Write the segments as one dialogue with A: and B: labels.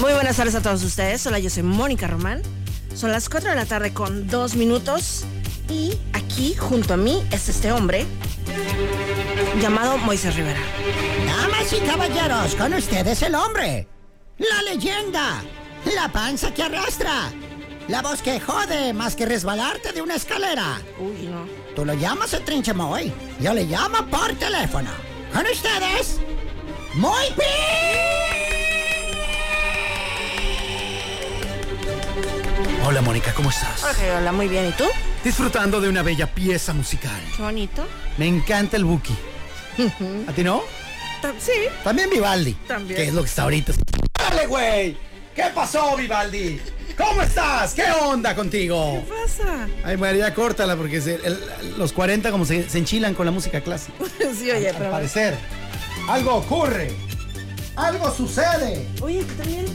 A: Muy buenas tardes a todos ustedes. Hola, yo soy Mónica Román. Son las 4 de la tarde con 2 minutos. Y aquí, junto a mí, es este hombre llamado Moisés Rivera.
B: Damas y caballeros, con ustedes el hombre. La leyenda. La panza que arrastra. La voz que jode más que resbalarte de una escalera.
A: Uy, no.
B: Tú lo llamas el trinchamoy. Yo le llamo por teléfono. Con ustedes. Muy
C: Hola Mónica, ¿cómo estás?
A: Ok, hola, muy bien. ¿Y tú?
C: Disfrutando de una bella pieza musical.
A: Qué bonito.
C: Me encanta el Buki. ¿A ti no?
A: Sí.
C: También Vivaldi.
A: También.
C: Que es lo que está ahorita. ¡Dale, güey! ¿Qué pasó, Vivaldi? ¿Cómo estás? ¿Qué onda contigo?
A: ¿Qué pasa?
C: Ay, María, córtala porque se- el- los 40 como se, se enchilan con la música clásica.
A: sí, oye,
C: Al
A: pero...
C: parecer, algo ocurre. Algo sucede.
A: Oye, tú también...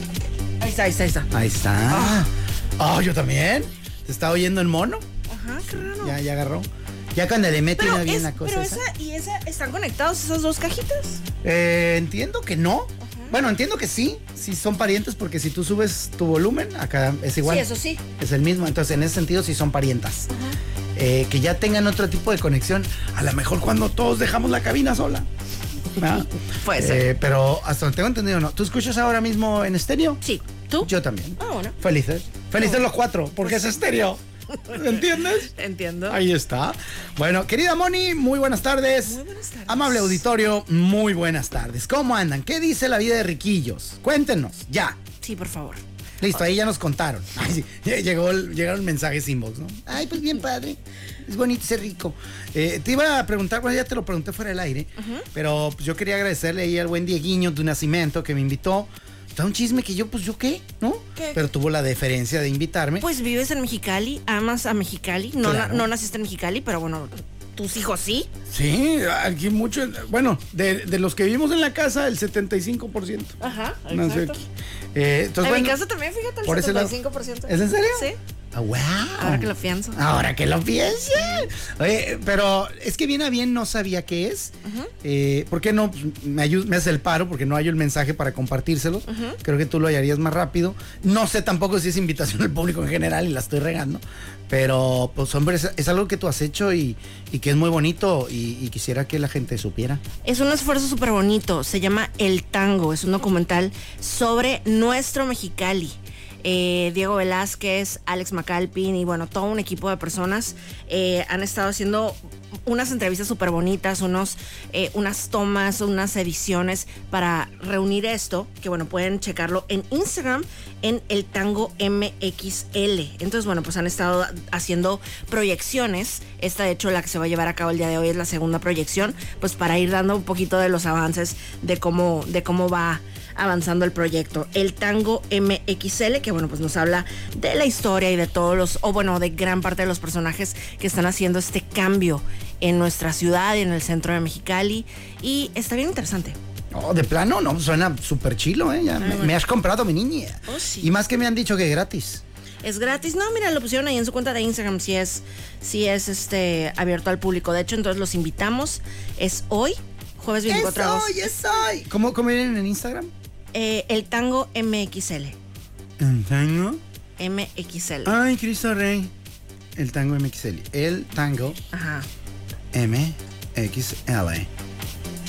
A: Ahí está, ahí está, ahí está.
C: Ahí está. Ah, yo también. ¿Te está oyendo el mono?
A: Ajá, qué raro.
C: Ya, ya agarró. Ya cuando le meten
A: Pero,
C: a bien
A: es-
C: la cosa.
A: pero
C: esa.
A: esa y esa, ¿están conectados esas dos cajitas?
C: Eh, entiendo que no. Bueno, entiendo que sí, si son parientes, porque si tú subes tu volumen, acá es igual.
A: Sí, eso sí.
C: Es el mismo, entonces en ese sentido sí son parientas. Eh, que ya tengan otro tipo de conexión, a lo mejor cuando todos dejamos la cabina sola. ¿verdad?
A: Puede ser.
C: Eh, pero hasta donde tengo entendido, no. ¿Tú escuchas ahora mismo en estéreo?
A: Sí. ¿Tú?
C: Yo también.
A: Ah, bueno.
C: Felices. Felices los cuatro, porque es estéreo. ¿Entiendes?
A: Entiendo.
C: Ahí está. Bueno, querida Moni, muy buenas tardes.
A: Muy buenas tardes.
C: Amable auditorio, muy buenas tardes. ¿Cómo andan? ¿Qué dice la vida de Riquillos? Cuéntenos, ya.
A: Sí, por favor.
C: Listo, ahí ya nos contaron. Ay, sí, ya Llegó el- llegaron mensajes inbox, ¿no? Ay, pues bien padre. Es bonito ser rico. Eh, te iba a preguntar, bueno, ya te lo pregunté fuera del aire, pero pues, yo quería agradecerle ahí al buen Dieguiño de Nacimiento que me invitó. Está un chisme que yo, pues yo qué, ¿no?
A: ¿Qué?
C: Pero tuvo la deferencia de invitarme.
A: Pues vives en Mexicali, amas a Mexicali. No,
C: Claro.
A: no naciste en Mexicali, pero bueno, tus hijos sí.
C: Sí, aquí mucho. Bueno, de, de los que vivimos en la casa, el 75%.
A: Ajá,
C: No sé
A: exacto.
C: aquí. Eh, entonces,
A: en mi
C: bueno,
A: casa también, fíjate, el
C: por ese lado.
A: 75%.
C: ¿Es en serio?
A: Sí.
C: Ah, wow.
A: Ahora que lo pienso.
C: Ahora que lo piense. Oye, pero es que bien a bien no sabía qué es. Eh, ¿Por qué no Pues, me, ayu- me hace el paro? Porque no hay el mensaje para compartírselos. Creo que tú lo hallarías más rápido. No sé tampoco si es invitación al público en general y la estoy regando. Pero, pues, hombre, es, es algo que tú has hecho y, y que es muy bonito y, y quisiera que la gente supiera.
A: Es un esfuerzo súper bonito. Se llama El Tango. Es un documental sobre nuestro Mexicali. Eh, Diego Velázquez, Alex Macalpin y bueno, todo un equipo de personas eh, han estado haciendo unas entrevistas súper bonitas, unos, eh, unas tomas, unas ediciones para reunir esto, que bueno, pueden checarlo en Instagram en el tango MXL. Entonces, bueno, pues han estado haciendo proyecciones. Esta, de hecho, la que se va a llevar a cabo el día de hoy es la segunda proyección, pues para ir dando un poquito de los avances de cómo, de cómo va avanzando el proyecto. El tango MXL, que bueno, pues nos habla de la historia y de todos los, o bueno, de gran parte de los personajes que están haciendo este cambio en nuestra ciudad y en el centro de Mexicali. Y está bien interesante.
C: Oh, de plano, no, suena súper chilo, ¿eh? Ya me, me has comprado, mi niña.
A: Oh, sí.
C: Y más que me han dicho que gratis.
A: Es gratis. No, mira, lo pusieron ahí en su cuenta de Instagram si es, si es este abierto al público. De hecho, entonces los invitamos. Es hoy, jueves 24 de agosto.
C: es hoy. ¿Cómo, cómo vienen en Instagram?
A: Eh, el tango MXL.
C: El tango.
A: MXL.
C: Ay, Cristo Rey. El tango MXL. El tango
A: Ajá.
C: MXL.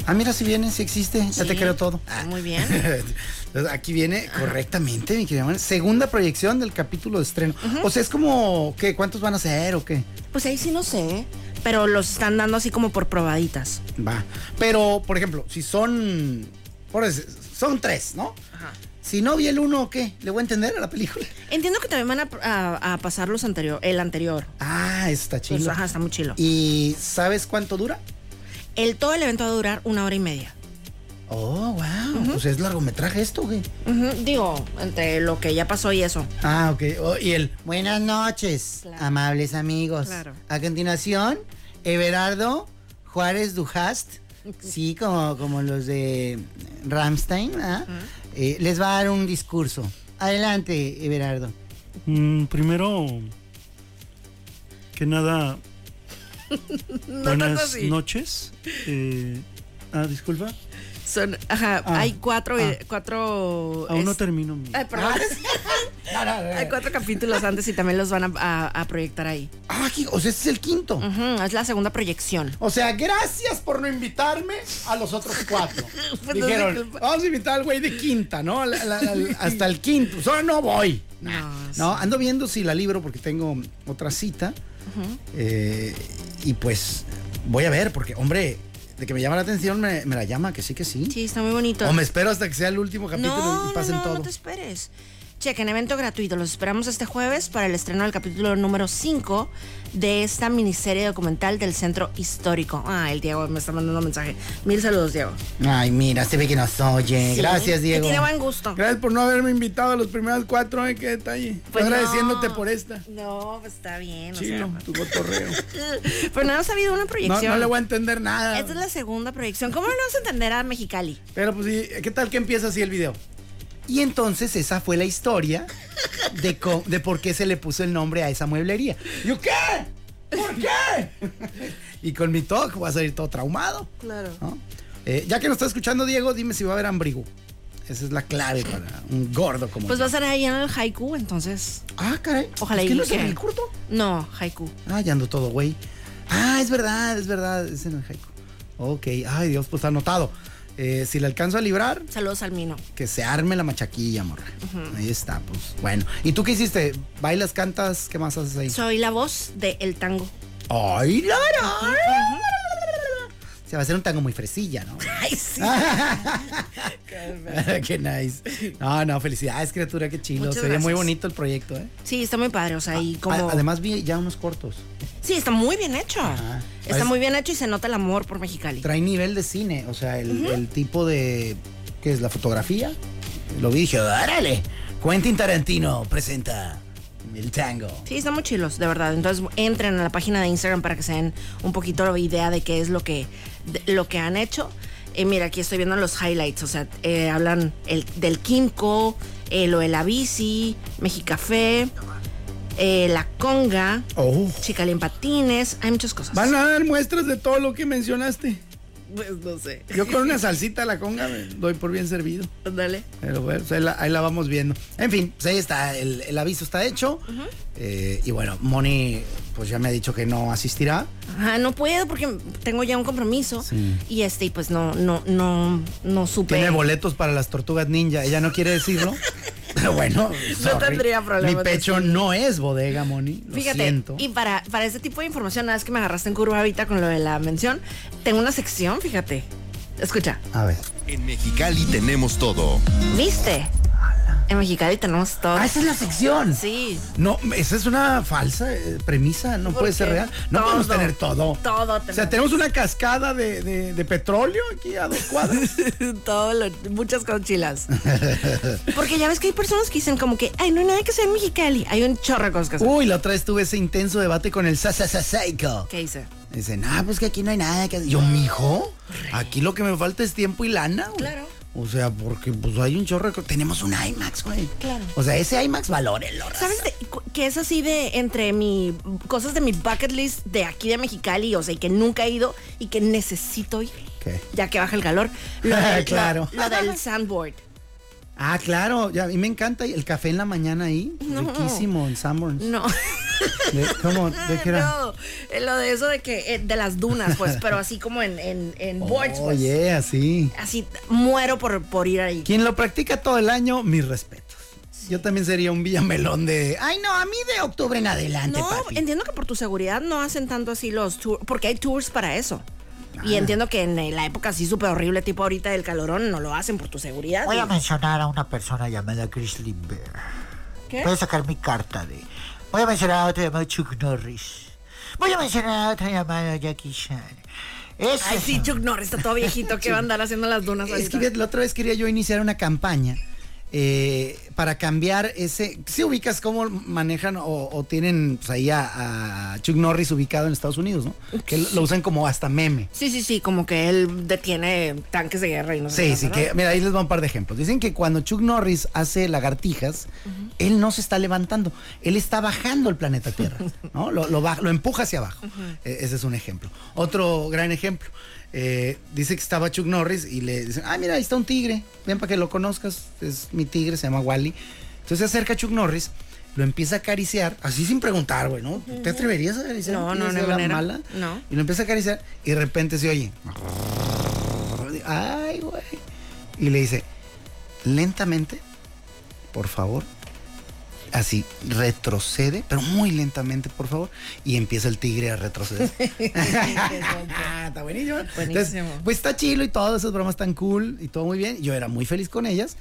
C: Ah, mira, si viene, si existe. Ya
A: Sí.
C: te creo todo.
A: Ah, Muy bien.
C: Entonces, Aquí viene correctamente, mi querida Manu. Segunda proyección del capítulo de estreno. O sea, es como, ¿qué? ¿Cuántos van a ser o qué?
A: Pues ahí sí no sé. Pero los están dando así como por probaditas.
C: Va. Pero, por ejemplo, si son. Por decir, son tres, ¿no?
A: Ajá.
C: Si no vi el uno o qué, ¿le voy a entender a la película?
A: Entiendo que también van a, a- a pasar los anterior, el anterior.
C: Ah, está chido.
A: Pues, ajá, está muy chilo.
C: ¿Y sabes cuánto dura?
A: El, todo el evento va a durar una hora y media.
C: Oh, wow. Pues es largometraje esto, güey.
A: Ujú, Digo, entre lo que ya pasó y eso.
C: Ah, ok. Oh, y el Buenas noches,
A: Claro.
C: amables amigos.
A: Claro.
C: A continuación, Everardo Juárez Dujast, sí, como, como los de Ramstein, les va a dar un discurso. Adelante, Everardo.
D: Mm, primero que nada,
A: tanto
D: buenas
A: así.
D: noches. Eh, ah, disculpa.
A: Son, ajá,
D: Ah,
A: hay cuatro,
D: ah.
A: cuatro. este,
D: Aún no
A: es-
D: termino. mi-
A: Ay, perdón.
C: Ah.
A: hay cuatro capítulos antes y también los van a, a- a proyectar ahí.
C: Ah, aquí- o sea, este es el quinto.
A: Ujú, es la segunda proyección.
C: O sea, gracias por no invitarme a los otros cuatro.
A: Pues no,
C: Dijeron,
A: disculpa.
C: vamos a invitar al güey de quinta, ¿no? La- la- la- hasta el quinto. Solo no voy. Nah.
A: No, sí.
C: No, ando viendo si la libro porque tengo otra cita. Eh, y pues voy a ver, porque, hombre, de que me llama la atención, me, me la llama, que sí, que sí.
A: Sí, está muy bonito.
C: O me espero hasta que sea el último capítulo
A: no,
C: y
A: no,
C: pasen
A: no,
C: todo.
A: no te esperes. Chequen, evento gratuito. Los esperamos este jueves para el estreno del capítulo número 5 de esta miniserie documental del Centro Histórico. Ah, el Diego me está mandando un mensaje. Mil saludos, Diego.
C: Ay, mira, se ve que nos oye.
A: Sí,
C: Eh, Gracias,
A: que
C: Diego.
A: tiene buen gusto.
C: Gracias por no haberme invitado a los primeros cuatro, ay, qué detalle.
A: Pues no.
C: Agradeciéndote por esta.
A: No, pues está bien. o
C: Chilo,
A: sea,
C: tu cotorreo.
A: pero nada más ha habido una
C: No,
A: proyección.
C: no le voy a entender nada.
A: Esta es la segunda proyección. ¿Cómo no vas a entender a Mexicali?
C: Pero pues, ¿y ¿qué tal que empieza así el video? Y entonces esa fue la historia de, co- de por qué se le puso el nombre a esa mueblería. ¿Yo qué? ¿Por qué? y con mi toque va a salir todo traumado.
A: Claro.
C: ¿no? Eh, ya que nos está escuchando Diego, dime si va a haber ambrigo. Esa es la clave para un gordo como
A: Pues
C: yo.
A: va a ser ahí en el haiku, entonces.
C: Ah, caray.
A: Ojalá
C: ¿Es
A: y
C: que no es
A: que-
C: el curto?
A: No, haiku.
C: Ah, ya ando todo, güey. Ah, es verdad, es verdad. Es en el haiku. Ok. Ay, Dios, pues anotado. Eh, si le alcanzo a librar,
A: Saludos al Mino.
C: Que se arme la machaquilla, morra. Ahí está, pues. Bueno. ¿Y tú qué hiciste? ¿Bailas, cantas? ¿Qué más haces ahí?
A: Soy la voz de El Tango.
C: ¡Ay, la, la, la, la, la, la! Se va a hacer un tango muy fresilla, ¿no?
A: Ay, sí.
C: Ah. qué nice. No, no, felicidades, criatura, qué chilo.
A: Muchas
C: Se ve muy
A: gracias.
C: bonito el proyecto, ¿eh?
A: Sí, está muy padre, o sea, y como...
C: A- Además, vi ya unos cortos.
A: sí, está muy bien hecho.
C: Ajá.
A: Está
C: Es-
A: muy bien hecho y se nota el amor por Mexicali.
C: Trae nivel de cine, o sea, el, el tipo de. ¿Qué es? ¿La fotografía? Lo vi y dije, ¡árale! Quentin Tarantino presenta el tango.
A: Sí, están muy chilos, de verdad. Entonces entren a la página de Instagram para que se den un poquito la idea de qué es lo que, de- lo que han hecho. Eh, mira, aquí estoy viendo los highlights, o sea, eh, hablan el- del Kimco, eh, lo de la bici, Mexicafé, eh, la conga,
C: ¡Oh!
A: Chicali en patines, hay muchas cosas.
C: Van a dar muestras de todo lo que mencionaste.
A: Pues no sé.
C: Yo con una salsita a la conga me doy por bien servido.
A: Dale.
C: Pero bueno, pues ahí, la, ahí la vamos viendo. En fin, pues ahí está, el, el aviso está hecho. Eh, y bueno, Moni, pues ya me ha dicho que no asistirá.
A: Ajá, Ah, no puedo porque tengo ya un compromiso. Y este, y pues no, no, no, no supe.
C: Tiene boletos para las tortugas ninja, ella no quiere decirlo. Pero bueno, sorry.
A: tendría problema,
C: Mi pecho no es bodega, Moni. Lo
A: Fíjate,
C: siento.
A: y para, para este tipo de información, nada es que me agarraste en curva ahorita con lo de la mención, tengo una sección, fíjate. Escucha,
C: A ver.
E: En Mexicali tenemos todo.
A: ¿viste? En Mexicali tenemos todo.
C: Ah, esa es la sección.
A: Sí.
C: No, esa es una falsa eh, premisa, no
A: ¿Por
C: puede
A: qué?
C: ser real. No
A: Todo,
C: podemos tener todo.
A: todo
C: O
A: tenemos.
C: sea, tenemos una cascada de, de- de petróleo aquí a dos cuadras.
A: Todo lo- muchas conchilas. Porque ya ves que hay personas que dicen como que, ay, no hay nada que sea en Mexicali. Hay un chorro de cosas que hacer.
C: Uy, la otra vez tuve ese intenso debate con el Sasasaseiko.
A: ¿Qué hice?
C: Dicen, ah, pues que aquí no hay nada que hacer. Yo, mijo, aquí lo que me falta es tiempo y lana, güey.
A: Claro.
C: O sea, porque pues hay un chorro de co- Tenemos un IMAX, güey.
A: Claro.
C: O sea, ese IMAX valórenlo. raza.
A: ¿Sabes de- cu- que es así de entre mi cosas de mi bucket list de aquí de Mexicali, o sea, y que nunca he ido y que necesito ir?
C: ¿Qué?
A: Ya que baja el calor. Lo del-
C: Claro.
A: Lo, lo del sandboard.
C: Ah, claro. Ya, a mí me encanta el café en la mañana ahí. Riquísimo en Sanborns.
A: No.
C: De- ¿Cómo? ¿De qué era?
A: No, eh, lo de eso de que eh, de las dunas, pues, pero así como en, en, en
C: Oh,
A: boards, pues.
C: Oye, así.
A: Así muero por, por ir ahí.
C: Quien lo practica todo el año, mis respetos. Yo también sería un villamelón de. Ay, no, a mí de octubre en adelante,
A: No,
C: papi.
A: entiendo que por tu seguridad no hacen tanto así los tours, porque hay tours para eso. Y
C: Ah.
A: entiendo que en eh, la época así súper horrible, tipo ahorita del calorón, no lo hacen por tu seguridad.
F: Voy a
A: Y-
F: mencionar a una persona llamada Chris Lindbergh.
A: ¿Qué?
F: Voy a sacar mi carta de. Voy a mencionar a otro llamado Chuck Norris. Voy a mencionar a otro llamado Jackie Chan. Eso
A: Ay, sí, Chuck Norris está todo viejito que va a andar haciendo las dunas
C: Es
A: ahorita.
C: que la otra vez quería yo iniciar una campaña eh, para cambiar ese. Si ubicas cómo manejan o, o tienen pues, ahí a, a Chuck Norris ubicado en Estados Unidos, ¿no? Que lo, lo usan como hasta meme.
A: Sí, sí, sí, como que él detiene tanques de guerra y no sé qué
C: Sí, sí,
A: tanto,
C: que mira, ahí les va un par de ejemplos. Dicen que cuando Chuck Norris hace lagartijas, él no se está levantando, él está bajando el planeta Tierra, ¿no? Lo, lo baj- lo empuja hacia abajo. E- ese es un ejemplo. Otro gran ejemplo. eh, dice que estaba Chuck Norris y le dicen, ah, mira, ahí está un tigre, ven para que lo conozcas, es mi tigre, se llama Wally. Entonces se acerca Chuck Norris, lo empieza a acariciar, así sin preguntar, güey, ¿no? ¿Te atreverías a acariciar? a un
A: No,
C: tigre
A: no, no
C: de
A: hay
C: la
A: manera.
C: mala?
A: No.
C: Y lo empieza a acariciar y de repente se oye, ay, güey. Y le dice, lentamente, por favor. Así, retrocede, pero muy lentamente, por favor. Y empieza el tigre a retroceder. está buenísimo. Entonces,
A: Buenísimo.
C: pues está chilo y todas esas bromas tan cool y todo muy bien. Yo era muy feliz con ellas.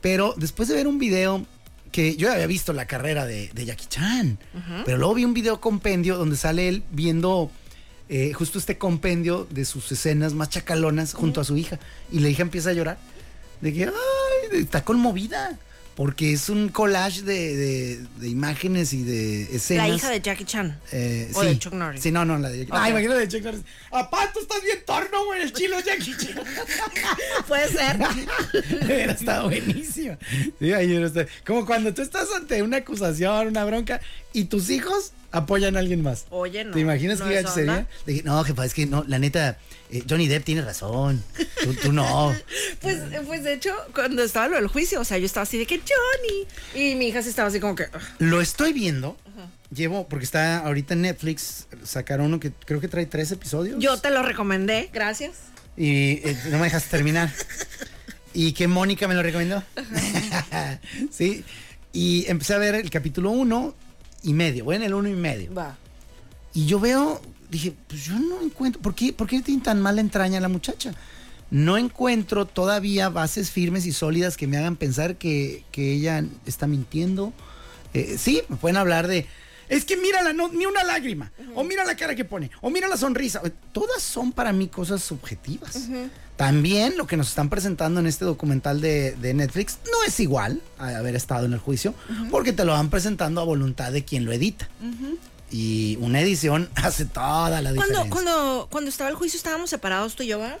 C: Pero después de ver un video que yo ya había visto la carrera de, de Jackie Chan, pero luego vi un video compendio donde sale él viendo eh, justo este compendio de sus escenas más chacalonas junto a su hija. Y la hija empieza a llorar. De que, ay, está conmovida. Porque es un collage de, de- de imágenes y de escenas.
A: La hija de Jackie Chan.
C: Eh,
A: o
C: sí.
A: de Chuck Norris.
C: Sí, no, no, la de Jackie
A: Ok.
C: Ah, imagínate de Chuck Norris. Apá, tú estás bien torno, güey, el chilo Jackie Chan.
A: Puede ser.
C: Hubiera estado buenísimo. Sí, ahí hubiera estado- Como cuando tú estás ante una acusación, una bronca, y tus hijos apoyan a alguien más.
A: Oye, no,
C: ¿Te imaginas
A: no
C: qué
A: es
C: gacho
A: onda.
C: sería? Le dije, no, jefa, es que no, la neta, eh, Johnny Depp tiene razón. Tú, tú no.
A: Pues, pues de hecho, cuando estaba lo del juicio, o sea, yo estaba así de que Johnny. Y mi hija sí estaba así como que. "Ugh".
C: Lo estoy viendo. Llevo, porque está ahorita en Netflix, sacaron uno que creo que trae tres episodios.
A: Yo te lo recomendé, gracias.
C: Y eh, no me dejas terminar. Y que Mónica me lo recomendó. sí. Y empecé a ver el capítulo uno y medio. Bueno, el uno y medio.
A: Va.
C: Y yo veo, dije, pues yo no encuentro, ¿por qué, ¿por qué tiene tan mala entraña la muchacha? No encuentro todavía bases firmes y sólidas que me hagan pensar que, que ella está mintiendo. Eh, sí, me pueden hablar de, es que mírala, no, ni una lágrima, o mira la cara que pone, o mira la sonrisa. Eh, Todas son para mí cosas subjetivas. También lo que nos están presentando en este documental de, de Netflix no es igual a haber estado en el juicio, porque te lo van presentando a voluntad de quien lo edita. Y una edición hace toda la
A: Cuando,
C: diferencia.
A: cuando, cuando estaba el juicio, estábamos separados tú y yo, ¿verdad?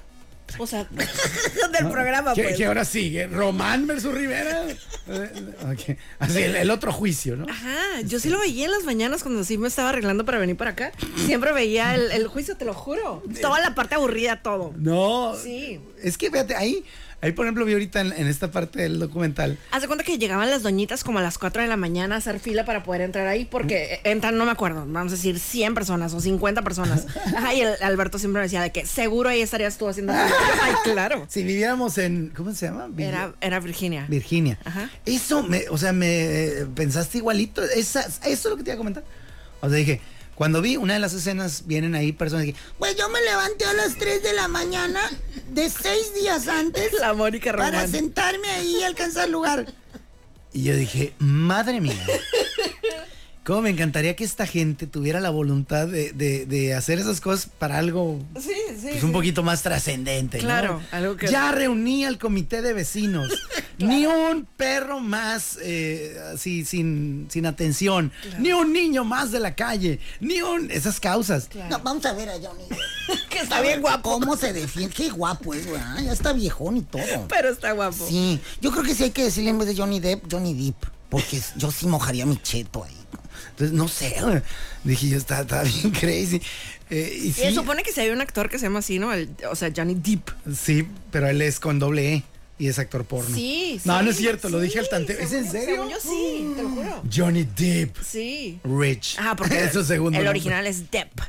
A: O sea, del programa,
C: ¿Qué,
A: pues.
C: qué ahora sigue? ¿Román versus Rivera? Eh, ok. Así, el, el otro juicio, ¿no?
A: Ajá, yo sí lo veía en las mañanas cuando sí me estaba arreglando para venir para acá. Siempre veía el, el juicio, te lo juro. Toda la parte aburrida, todo.
C: No.
A: Sí.
C: Es que fíjate, ahí, ahí por ejemplo, vi ahorita en, en esta parte del documental.
A: Haz de cuenta que llegaban las doñitas como a las 4 de la mañana a hacer fila para poder entrar ahí, porque eh, entran, no me acuerdo, vamos a decir 100 personas o 50 personas. Ajá, y el Alberto siempre me decía de que seguro ahí estarías tú haciendo fila. Ay, claro.
C: Si viviéramos en. ¿Cómo se llama? Vi-
A: Era, era Virginia.
C: Virginia.
A: Ajá.
C: Eso, me, o sea, me eh, pensaste igualito. Esa, eso es lo que te iba a comentar. O sea, dije, cuando vi una de las escenas, vienen ahí personas que,
B: Pues yo me levanté a las 3 de la mañana de seis días antes
A: La Mónica
B: para
A: Román.
B: sentarme ahí y alcanzar lugar.
C: Y yo dije, madre mía. Cómo me encantaría que esta gente tuviera la voluntad de, de- de hacer esas cosas para algo
A: Sí, sí.
C: pues, un poquito más trascendente. ¿no?
A: Claro, algo que-
C: Ya reuní al comité de vecinos. Ni un perro más eh, así sin, sin atención. Ni un niño más de la calle. Ni un... Esas causas.
B: No, vamos a ver a Johnny. que está bien guapo. ¿Cómo se defiende? Qué guapo es, güey. ah, Ya está viejón y todo.
A: Pero está guapo.
B: Sí, yo creo que sí hay que decirle en vez de Johnny Depp, Johnny Depp. Porque yo sí mojaría mi cheto ahí.
C: Entonces, no sé. güey. Dije yo, está, está bien crazy. Eh, y
A: Y
C: sí,
A: se supone que si hay un actor que se llama así, ¿no? El- o sea, Johnny Deep.
C: Sí, pero él es con doble E y es actor porno.
A: Sí,
C: No,
A: sí,
C: no es cierto, lo
A: sí,
C: dije al tanteo. ¿Es en
A: según-
C: serio?
A: según yo sí, te lo juro.
C: Johnny Depp.
A: Sí.
C: Rich.
A: Ah, porque
C: es su segundo.
A: el
C: nombre.
A: original es Depp.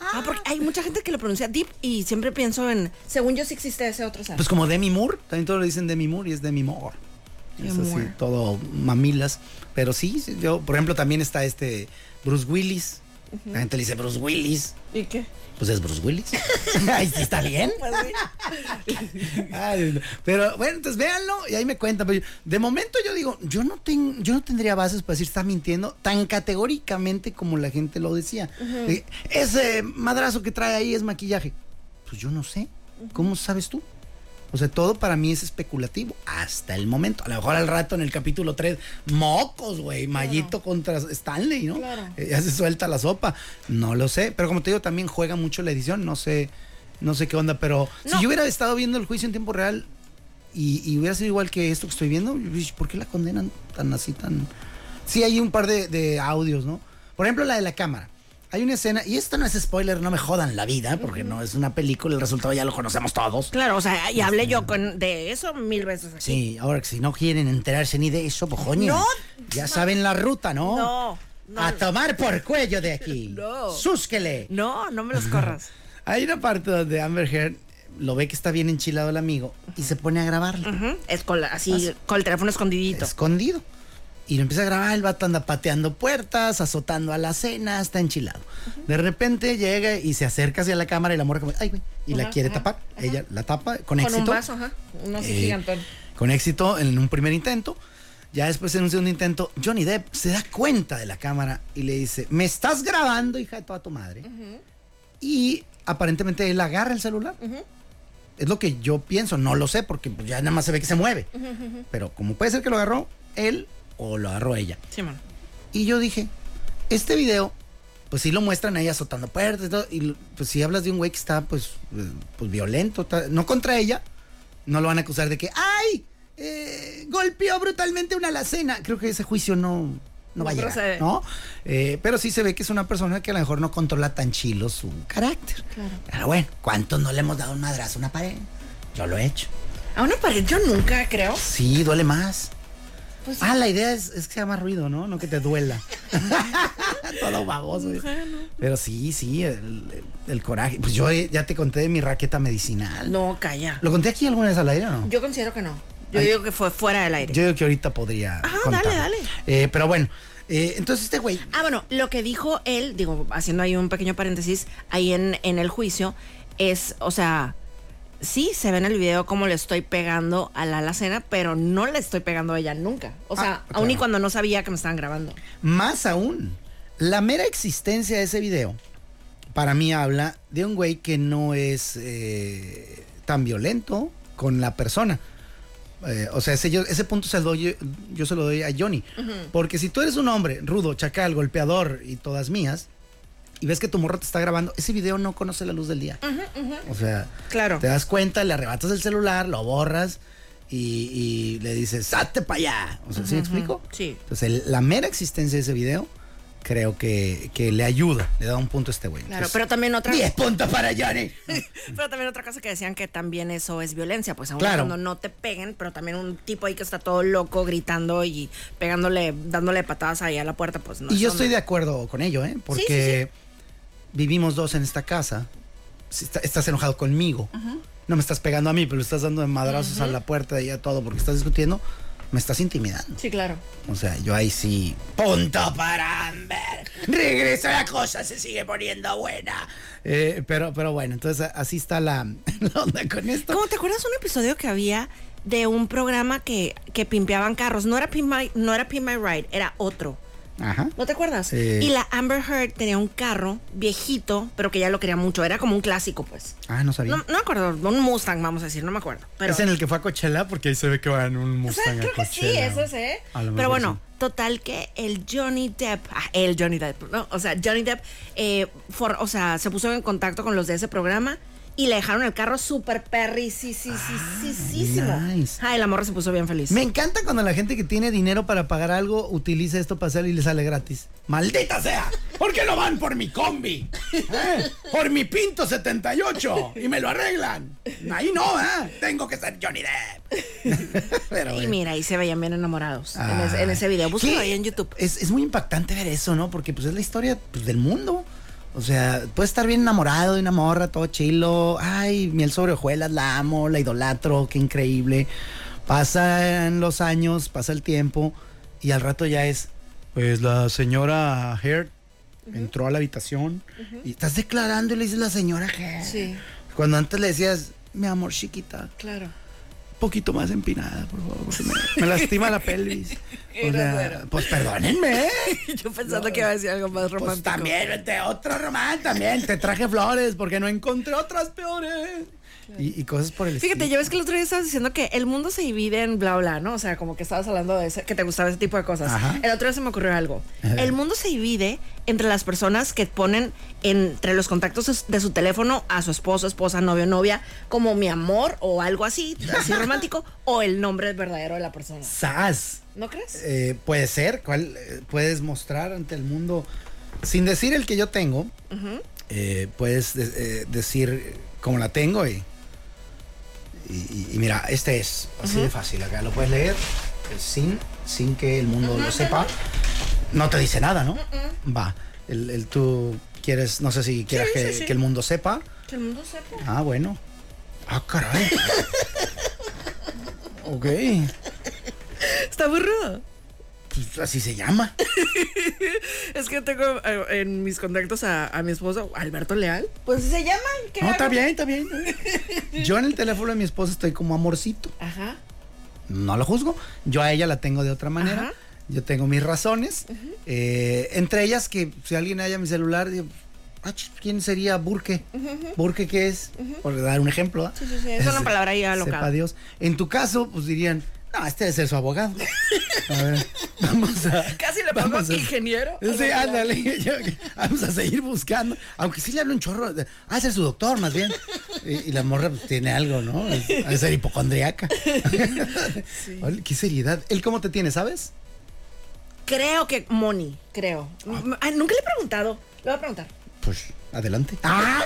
A: Ah, porque hay mucha gente que lo pronuncia Deep y siempre pienso en. Según yo sí existe ese otro Sam.
C: Pues como Demi Moore, también todos le dicen Demi Moore y es Demi Moore. Es
A: Demi
C: así,
A: Moore.
C: todo mamilas. Pero sí, sí, yo, por ejemplo, también está este Bruce Willis.
B: La gente le dice Bruce Willis.
A: ¿Y qué?
B: Pues es Bruce Willis. Ay, sí, está bien.
A: Pues,
B: Ay, no. pero bueno, entonces véanlo y ahí me cuentan. Pero yo- de momento yo digo, yo no, ten- yo no tendría bases para decir está mintiendo tan categóricamente como la gente lo decía. Eh, Ese madrazo que trae ahí es maquillaje. Pues yo no sé. ¿Cómo sabes tú? O sea, todo para mí es especulativo hasta el momento. A lo mejor al rato en el capítulo 3, mocos, güey, Mallito contra Stanley, ¿no? Eh, Ya se suelta la sopa. No lo sé, pero como te digo, también juega mucho la edición, no sé no sé qué onda, pero
A: No.
B: si yo hubiera estado viendo el juicio en tiempo real y, y hubiera sido igual que esto que estoy viendo, yo dije, ¿por qué la condenan tan así, tan...? Sí, hay un par de, de audios, ¿no? Por ejemplo, la de la cámara. Hay una escena, y esto no es spoiler, no me jodan la vida, porque no es una película, el resultado ya lo conocemos todos.
A: Claro, o sea, y hablé yo con, de eso mil veces. aquí.
B: Pues, Sí, ahora que si no quieren enterarse ni de eso, cojones.
A: No.
B: Ya saben la ruta, ¿no?
A: No, no.
B: A tomar por cuello de aquí.
A: No.
B: Súsquele.
A: No, no me los corras.
B: Hay una parte donde Amber Heard lo ve que está bien enchilado el amigo y se pone a grabarlo.
A: Ujú, Es con la- así, con el teléfono escondidito.
B: Escondido. Y lo empieza a grabar, el vato anda pateando puertas, azotando a la cena, está enchilado. De repente llega y se acerca hacia la cámara y la morra como, ay, güey, y la quiere tapar. Ella la tapa con,
A: Con
B: éxito.
A: un vaso, ajá. Uno así
B: Eh,
A: gigantón.
B: Con éxito en un primer intento. Ya después en un segundo intento, Johnny Depp se da cuenta de la cámara y le dice, me estás grabando, hija de toda tu madre. Y aparentemente él agarra el celular. Es lo que yo pienso, no lo sé, porque pues, ya nada más se ve que se mueve. Pero como puede ser que lo agarró él o lo agarró ella.
A: Sí, mano.
B: Y yo dije, este video, pues sí lo muestran ahí azotando puertas y todo, y l- pues si hablas de un güey que está, pues, eh, pues violento, ta- no contra ella, no lo van a acusar de que, ¡ay! eh, golpeó brutalmente una alacena. Creo que ese juicio no, no va a
A: No
B: llegar,
A: procede.
B: ¿no? Eh, pero sí se ve que es una persona que a lo mejor no controla tan chilo su carácter. Pero bueno, ¿cuántos no le hemos dado un madrazo a una pared? Yo lo he hecho.
A: A una pared yo nunca creo.
B: Sí, duele más. ah, la idea es, es que sea más ruido, ¿no? No que te duela. Todo baboso. Pero sí, sí, el, el coraje. Pues yo eh, ya te conté de mi raqueta medicinal.
A: No, calla.
B: ¿Lo conté aquí alguna vez al aire o no?
A: Yo considero que no. Yo digo que fue fuera del aire.
B: Yo digo que ahorita podría.
A: Ajá,
B: contarlo.
A: dale, dale.
B: Eh, pero bueno, eh, entonces este güey.
A: Ah, bueno, lo que dijo él, digo, haciendo ahí un pequeño paréntesis, ahí en, en el juicio, es, o sea, sí se ve en el video cómo le estoy pegando a la alacena, pero no le estoy pegando a ella nunca. O sea,
B: Ah,
A: aún y
B: claro.
A: cuando no sabía que me estaban grabando.
B: Más aún, la mera existencia de ese video, para mí habla de un güey que no es eh, tan violento con la persona. Eh, o sea, ese, yo- ese punto se lo doy, yo- yo se lo doy a Johnny. Porque si tú eres un hombre rudo, chacal, golpeador y todas mías, y ves que tu morro te está grabando, ese video no conoce la luz del día. O sea,
A: Claro.
B: te das cuenta, le arrebatas el celular, lo borras y, y le dices, ¡sate para allá! O sea, ¿sí me explico?
A: Sí.
B: Entonces, el- la mera existencia de ese video creo que, que le ayuda, le da un punto a este güey.
A: Claro, pero también otra...
B: 10 puntos para Johnny.
A: Pero también otra cosa que decían que también eso es violencia, pues aún
B: Claro.
A: cuando no te peguen, pero también un tipo ahí que está todo loco gritando y pegándole, dándole patadas ahí a la puerta, pues no.
B: y
A: es
B: yo
A: donde-
B: estoy de acuerdo con ello, ¿eh? Porque vivimos dos en esta casa. Si está- estás enojado conmigo. No me estás pegando a mí, pero le estás dando de madrazos a la puerta y a todo porque estás discutiendo. Me estás intimidando.
A: Sí, claro.
B: O sea, yo ahí sí. ¡Punto para Amber! ¡Regresa la cosa! ¡Se sigue poniendo buena! Eh, pero, pero bueno, entonces así está la, la onda con esto.
A: ¿Cómo te acuerdas un episodio que había de un programa que, que pimpeaban carros? No era Pimp My, no era Pimp My Ride, era otro.
B: Ajá.
A: ¿No te acuerdas?
B: Sí.
A: Y la Amber Heard tenía un carro viejito, pero que ya lo quería mucho. Era como un clásico, pues.
B: Ah, no sabía.
A: No, no me acuerdo, un Mustang, vamos a decir, no me acuerdo. Pero,
C: Es en el que fue a Coachella porque ahí se ve que va en un
A: O sea,
C: Mustang
A: creo
C: a
A: que sí,
C: Coachella,
A: eso
C: güey.
A: es, ¿eh?
C: A lo
A: Pero
C: mejor
A: bueno,
C: sí.
A: total que el Johnny Depp, ah, el Johnny Depp, ¿no? O sea, Johnny Depp, eh, for- o sea, se puso en contacto con los de ese programa y le dejaron el carro súper perri, sí, sí, sí,
C: Ah,
A: sí, sí,
B: nice.
A: Ay, la morra se puso bien feliz.
B: Me encanta cuando la gente que tiene dinero para pagar algo utiliza esto para hacer y le sale gratis. ¡Maldita sea! ¿Por qué no van por mi combi? ¿Eh? Por mi Pinto 78 y me lo arreglan. Ahí no, ¿eh? Tengo que ser Johnny Depp. Pero
A: y
B: bueno.
A: mira, ahí se veían bien enamorados en,
B: Ah.
A: ese, en ese video. Búscalo
B: ¿Qué?
A: ahí en YouTube.
B: Es, es muy impactante ver eso, ¿no? Porque pues es la historia pues, del mundo. O sea, puedes estar bien enamorado de una morra, todo chilo. Ay, miel sobre hojuelas, la amo, la idolatro, qué increíble. Pasan los años, pasa el tiempo y al rato ya es...
C: Pues la señora Heard entró a la habitación y estás declarando y le dices la señora que.
A: Sí.
C: Cuando antes le decías, mi amor chiquita,
A: Claro.
C: poquito más empinada, por favor, porque me, me lastima la pelvis. O sea, pues perdónenme, ¿eh?
A: Yo pensando que iba a decir algo más romántico.
C: Pues también, vete, otro román, también. Te traje flores porque no encontré otras peores. Y, y cosas por el
A: Fíjate,
C: estilo.
A: ya ves que el otro día estabas diciendo que el mundo se divide en bla bla, ¿no? O sea, como que estabas hablando de ese- que te gustaba ese tipo de cosas.
C: Ajá.
A: El otro día se me ocurrió algo.
C: Ajá.
A: El mundo se divide entre las personas que ponen entre los contactos de su teléfono a su esposo, esposa, novio, novia, como mi amor o algo así, así romántico, o el nombre verdadero de la persona.
C: ¡Sas!
A: ¿No crees?
C: Eh, puede ser, ¿cuál eh, puedes mostrar ante el mundo? Sin decir el que yo tengo, eh, puedes de- eh, decir como la tengo y, y, y- y mira, este es así de fácil. Acá lo puedes leer eh, sin, sin que el mundo lo sepa. No te dice nada, ¿no? Va. El, el tú quieres, no sé si quieras
A: Sí,
C: que,
A: sí, sí.
C: que el mundo sepa.
A: Que el mundo sepa.
C: Ah, bueno. Ah, caray. ok.
A: Está aburrido.
C: Pues así se llama.
A: Es que tengo eh, en mis contactos a, a mi esposo, Alberto Leal. Pues se llaman. ¿qué
C: No, está
A: hago?
C: bien, está bien. Yo en el teléfono de mi esposa estoy como amorcito.
A: Ajá.
C: No lo juzgo. Yo a ella la tengo de otra manera.
A: Ajá.
C: Yo tengo mis razones. Eh, entre ellas que si alguien haya mi celular, digo, "Ah, ch- ¿quién sería Burke? ¿Burke qué es? Por dar un ejemplo. ¿ah?
A: Sí, sí, sí, es una
C: Se-
A: palabra ahí alocada.
C: Sepa Dios. En tu caso, pues dirían, no, este debe ser su abogado. A ver, vamos a...
A: Casi le pongo eh.
C: vamos a-
A: ingeniero.
C: Sí, ándale. Yo- vamos a seguir buscando. Aunque sí le hablo un chorro. de- Ha de ser su doctor, más bien. Y, y la morra pues, tiene algo, ¿no? Es- Ha de ser hipocondriaca. Órale, Qué seriedad. ¿Él cómo te tiene, sabes?
A: Creo que Moni, creo. M- ah, nunca le he preguntado. Le voy a preguntar.
C: Pues, adelante. ¡Ah!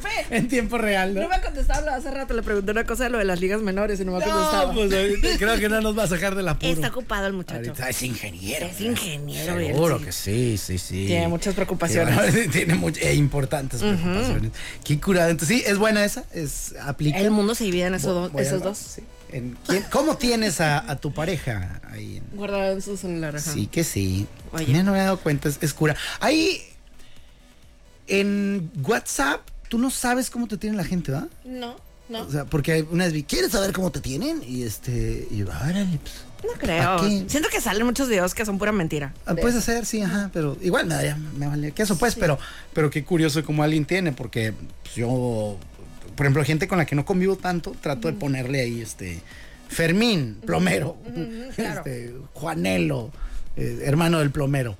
A: Fe,
C: En tiempo real,
A: no me ha contestado. Hace rato le pregunté una cosa de lo de las ligas menores y no me ha contestado.
C: No, pues ahorita creo que no nos va a sacar del apuro.
A: Está ocupado el muchacho.
C: Ahorita es ingeniero.
A: Es
C: ¿verdad?
A: ingeniero, él,
C: Seguro
A: sí.
C: que sí, sí, sí.
A: Tiene muchas preocupaciones.
C: Tiene- Tiene muchas e importantes preocupaciones. Qué curada. Entonces, sí, es buena esa. Es, aplica.
A: El mundo se divide en esos,
C: Voy-
A: dos-
C: voy al
A: esos
C: baño,
A: dos.
C: sí. ¿En quién- ¿Cómo tienes a, a tu pareja ahí? en-
A: Guardado en su celular. ajá.
C: Sí, que sí.
A: Oye.
C: Mira, no me he dado cuenta, es, es cura. Ahí, en WhatsApp, tú no sabes cómo te tiene la gente, ¿va?
A: No, no.
C: O sea, porque una vez vi, ¿quieres saber cómo te tienen? Y este, y yo, órale, pues.
A: No
C: ¿pa'
A: creo.
C: qué?
A: Siento que salen muchos videos que son pura mentira.
C: Ah, puedes hacer, sí, ajá, pero igual me, daría- me valía que eso, pues, pero, pero qué curioso como alguien tiene, porque pues, yo, por ejemplo, gente con la que no convivo tanto, trato de ponerle ahí, este, Fermín, plomero, este, Juanelo, eh, hermano del plomero,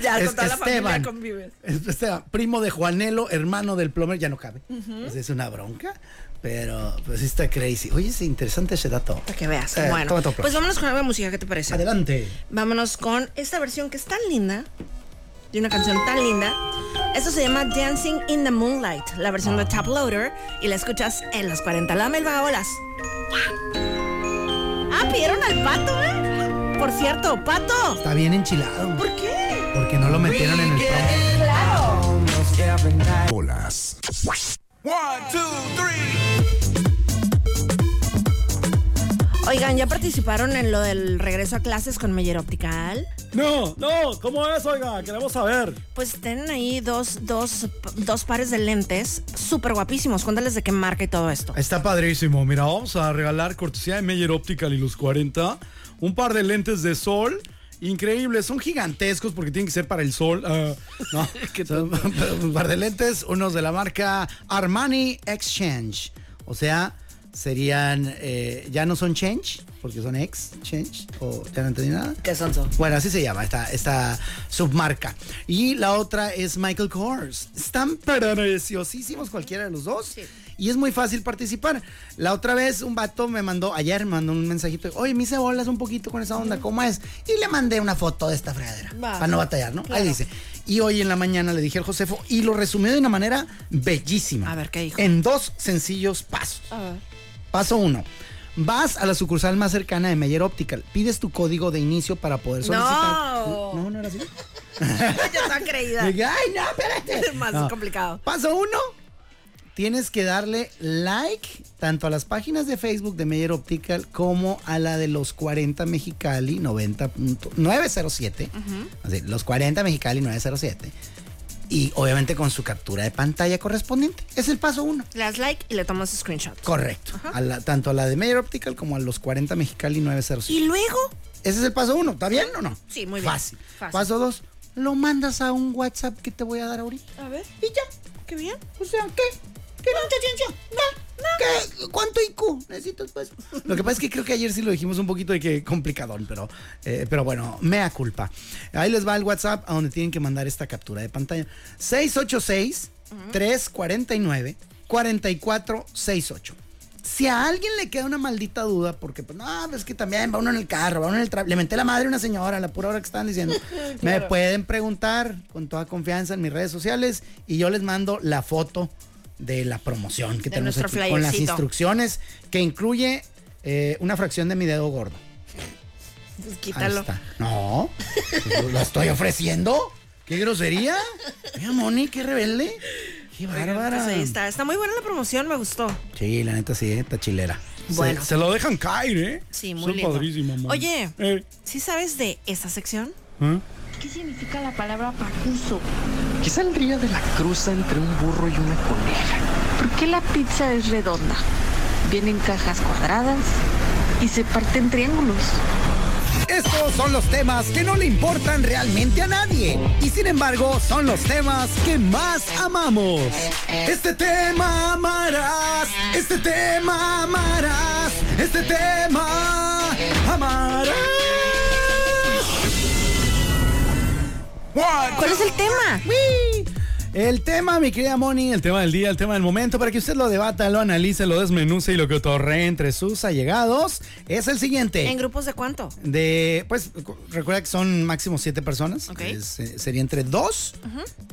A: Ya
C: Es
A: con toda la familia
C: Esteban.
A: convives.
C: este, primo de Juanelo, hermano del plomero, ya no cabe, Pues, es una bronca, pero pues sí está crazy. Oye, es interesante ese dato.
A: Para que veas.
C: Eh,
A: bueno,
C: toma tu
A: pues
C: aplauso.
A: vámonos con algo de música. ¿Qué te parece?
C: Adelante.
A: Vámonos con esta versión que es tan linda, de una canción tan linda. Esto se llama Dancing in the Moonlight, la versión de Top Loader, y la escuchas en los 40. La Melba Olas. Ah, pidieron al pato, ¿eh? Por cierto, pato.
C: Está bien enchilado,
A: ¿Por qué?
C: porque no lo metieron en el promo.
E: Bolas.
A: Oigan, ¿ya participaron en lo del regreso a clases con Meyer Optical?
D: No, no, ¿cómo es, oiga? Queremos saber.
A: Pues tienen ahí dos, dos, dos pares de lentes súper guapísimos. Cuéntales de qué marca y todo esto.
D: Está padrísimo. Mira, vamos a regalar cortesía de Meyer Optical y los 40. Un par de lentes de sol. Increíbles, son gigantescos porque tienen que ser para el sol. ah, no.
C: Son un par de lentes, unos de la marca Armani Exchange. O sea, serían, eh, ya no son Change, porque son Exchange, o ya no entendí nada.
A: ¿Qué son son?
C: Bueno, así se llama esta, esta submarca. Y la otra es Michael Kors. Están preciosísimos cualquiera de los dos. Y es muy fácil participar. La otra vez un vato me mandó, ayer me mandó un mensajito. Oye, me hice bolas un poquito con esa onda, ¿cómo es? Y le mandé una foto de esta fregadera.
A: Va.
C: Para no batallar, ¿no?
A: Claro.
C: Ahí dice. Y hoy en la mañana le dije al Josefo y lo resumió de una manera bellísima.
A: A ver, ¿qué dijo?
C: En dos sencillos pasos. Paso uno. Vas a la sucursal más cercana de Meyer Optical, pides tu código de inicio para poder solicitar.
A: No.
C: no, no era así.
A: Yo estaba creída.
C: Dije, Ay, no, espérate.
A: Más
C: No.
A: complicado.
C: Paso uno, Tienes que darle like tanto a las páginas de Facebook de Meyer Optical como a la de los 40 Mexicali 90.907. Así, Los 40 Mexicali 907. Y obviamente con su captura de pantalla correspondiente. Es el paso uno.
A: Le das like y le tomas screenshot.
C: Correcto. A la- tanto a la de Meyer Optical como a los 40 Mexicali 907.
A: Y luego,
C: Ese es el paso uno. ¿Está bien o no?
A: Sí, muy bien.
C: Fácil.
A: Fácil.
C: Paso dos. Lo mandas a un WhatsApp que te voy a dar ahorita.
A: a ver, y ya, qué bien.
C: O sea, ¿qué? ¿Qué mucha ciencia? ¿No? ¿Qué? ¿Cuánto IQ necesitas pues? Lo que pasa es que creo que ayer sí lo dijimos un poquito de que complicadón, pero, eh, pero bueno, mea culpa. Ahí les va el WhatsApp a donde tienen que mandar esta captura de pantalla. 686-349-4468. Si a alguien le queda una maldita duda, porque pues no, es que también va uno en el carro, va uno en el tra- Le menté la madre a una señora a la pura hora que estaban diciendo. Me pueden preguntar con toda confianza en mis redes sociales y yo les mando la foto de la promoción que
A: De
C: tenemos
A: nuestro
C: aquí, con las
A: flyercito.
C: instrucciones que incluye eh, una fracción de mi dedo gordo.
A: Pues
C: Ahí
A: quítalo.
C: está. No, pues, ¿la estoy ofreciendo? ¿Qué grosería? Mira, Moni, qué rebelde. Qué bárbara.
A: Pues ahí está. Está muy buena la promoción, me gustó.
C: Sí, la neta sí, eh, está chilera.
A: pues Bueno.
D: Se lo dejan caer, ¿eh?
A: Sí,
D: Son
A: muy lindo.
D: padrísimo, amor.
A: Oye,
D: Eh,
A: ¿sí sabes de esta sección?
G: ¿Qué significa la palabra pacuso?
H: ¿Qué saldría de la cruza entre un burro y una coneja?
G: ¿Por qué la pizza es redonda? Viene en cajas cuadradas y se parte en triángulos.
C: Estos son los temas que no le importan realmente a nadie. Y sin embargo, son los temas que más amamos. Este tema amarás. Este tema amarás. Este tema amarás.
A: ¿Cuál es el tema?
C: ¡Wii! El tema, mi querida Moni, el tema del día, el tema del momento, para que usted lo debata, lo analice, lo desmenuce y lo que otorre entre sus allegados, es el siguiente.
A: ¿En grupos de cuánto?
C: De, pues, cu- recuerda que son máximo siete personas.
A: Ok.
C: Es, eh, sería entre dos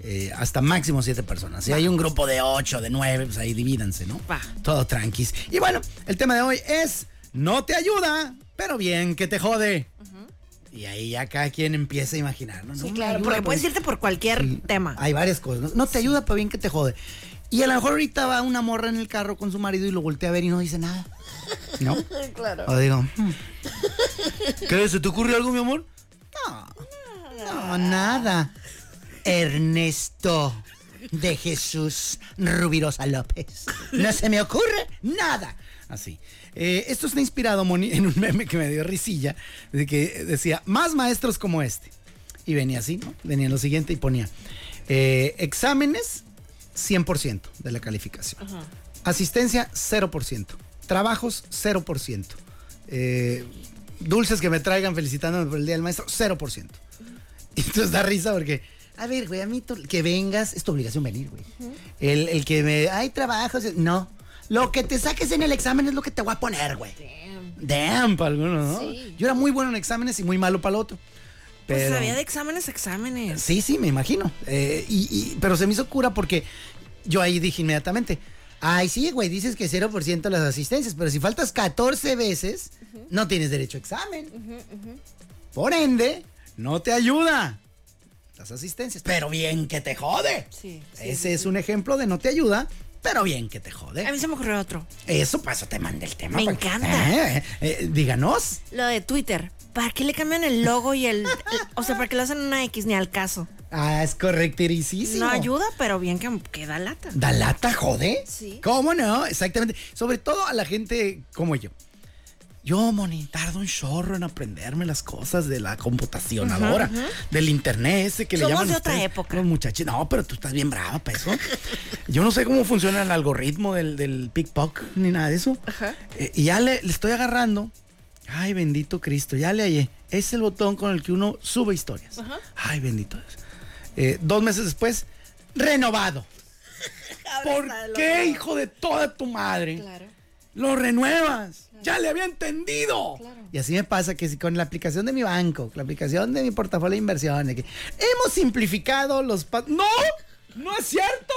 C: eh, hasta máximo siete personas. Si hay un grupo de ocho, de nueve, pues ahí divídanse, ¿no?
A: Va.
C: Todo tranquis. Y bueno, el tema de hoy es: no te ayuda, pero bien que te jode. Y ahí ya cada quien empieza a imaginar, ¿no? No me ayuda,
A: Porque
C: pero-
A: puedes irte por cualquier tema.
C: hay varias cosas. No, No te ayuda, pero bien que te jode. Y a lo mejor ahorita va una morra en el carro con su marido y lo voltea a ver y no dice nada. ¿No? claro. O digo, hmm. ¿qué? ¿Se te ocurre algo, mi amor? No. No, nada. Ernesto de Jesús Rubirosa López. No se me ocurre nada. Así. Eh, esto está inspirado, Moni, en un meme que me dio risilla, de que decía, más maestros como este. Y venía así, ¿no? Venía lo siguiente y ponía, eh, exámenes 100% de la calificación. Asistencia 0%. Trabajos 0%. Eh, dulces que me traigan felicitándome por el Día del Maestro 0%. Y entonces da risa porque, a ver, güey, a mí to- que vengas es tu obligación venir, güey. el, el que me, ay, trabajos, no. Lo que te saques en el examen es lo que te voy a poner, güey. Damn. para algunos, ¿no? Yo era muy bueno en exámenes y muy malo para el otro.
A: Pues
C: Pero-
A: sabía de exámenes, exámenes.
C: Sí, sí, me imagino. Eh, y, y- pero se me hizo cura porque yo ahí dije inmediatamente, ay, sí, güey, dices que 0% las asistencias, pero si faltas 14 veces, no tienes derecho a examen. Por ende, no te ayuda las asistencias. Pero bien que te jode.
A: Sí, sí,
C: Ese es un ejemplo de no te ayuda, pero bien que te jode.
A: A mí se me ocurrió otro.
C: Eso pasa, te manda el tema.
A: Me
C: pa-
A: encanta.
C: Eh, eh, díganos.
A: Lo de Twitter. ¿Para qué le cambian el logo y el, el- O sea, ¿para qué le hacen una X ni al caso?
C: Ah, es correctísimo.
A: No ayuda, pero bien que, que da lata.
C: ¿Da lata, jode?
A: Sí.
C: ¿Cómo no? Exactamente. Sobre todo a la gente como yo. Yo, Moni, tardo un chorro en aprenderme las cosas de la computacionadora, del internet ese que le
A: Somos
C: llaman
A: de otra
C: ustedes,
A: época.
C: los muchachos. No, pero tú estás bien brava para eso. Yo no sé cómo funciona el algoritmo del, del pickpock ni nada de eso. Eh, y ya le, le estoy agarrando. Ay, bendito Cristo, ya le hallé. Es el botón con el que uno sube historias. Ay, bendito Dios. Eh, dos meses después, renovado. ¿Por qué, hijo de toda tu madre? Lo renuevas. Ya le había entendido. Y así me pasa que si con la aplicación de mi banco, con la aplicación de mi portafolio de inversiones, que hemos simplificado los pa- ¡No! ¡No es cierto,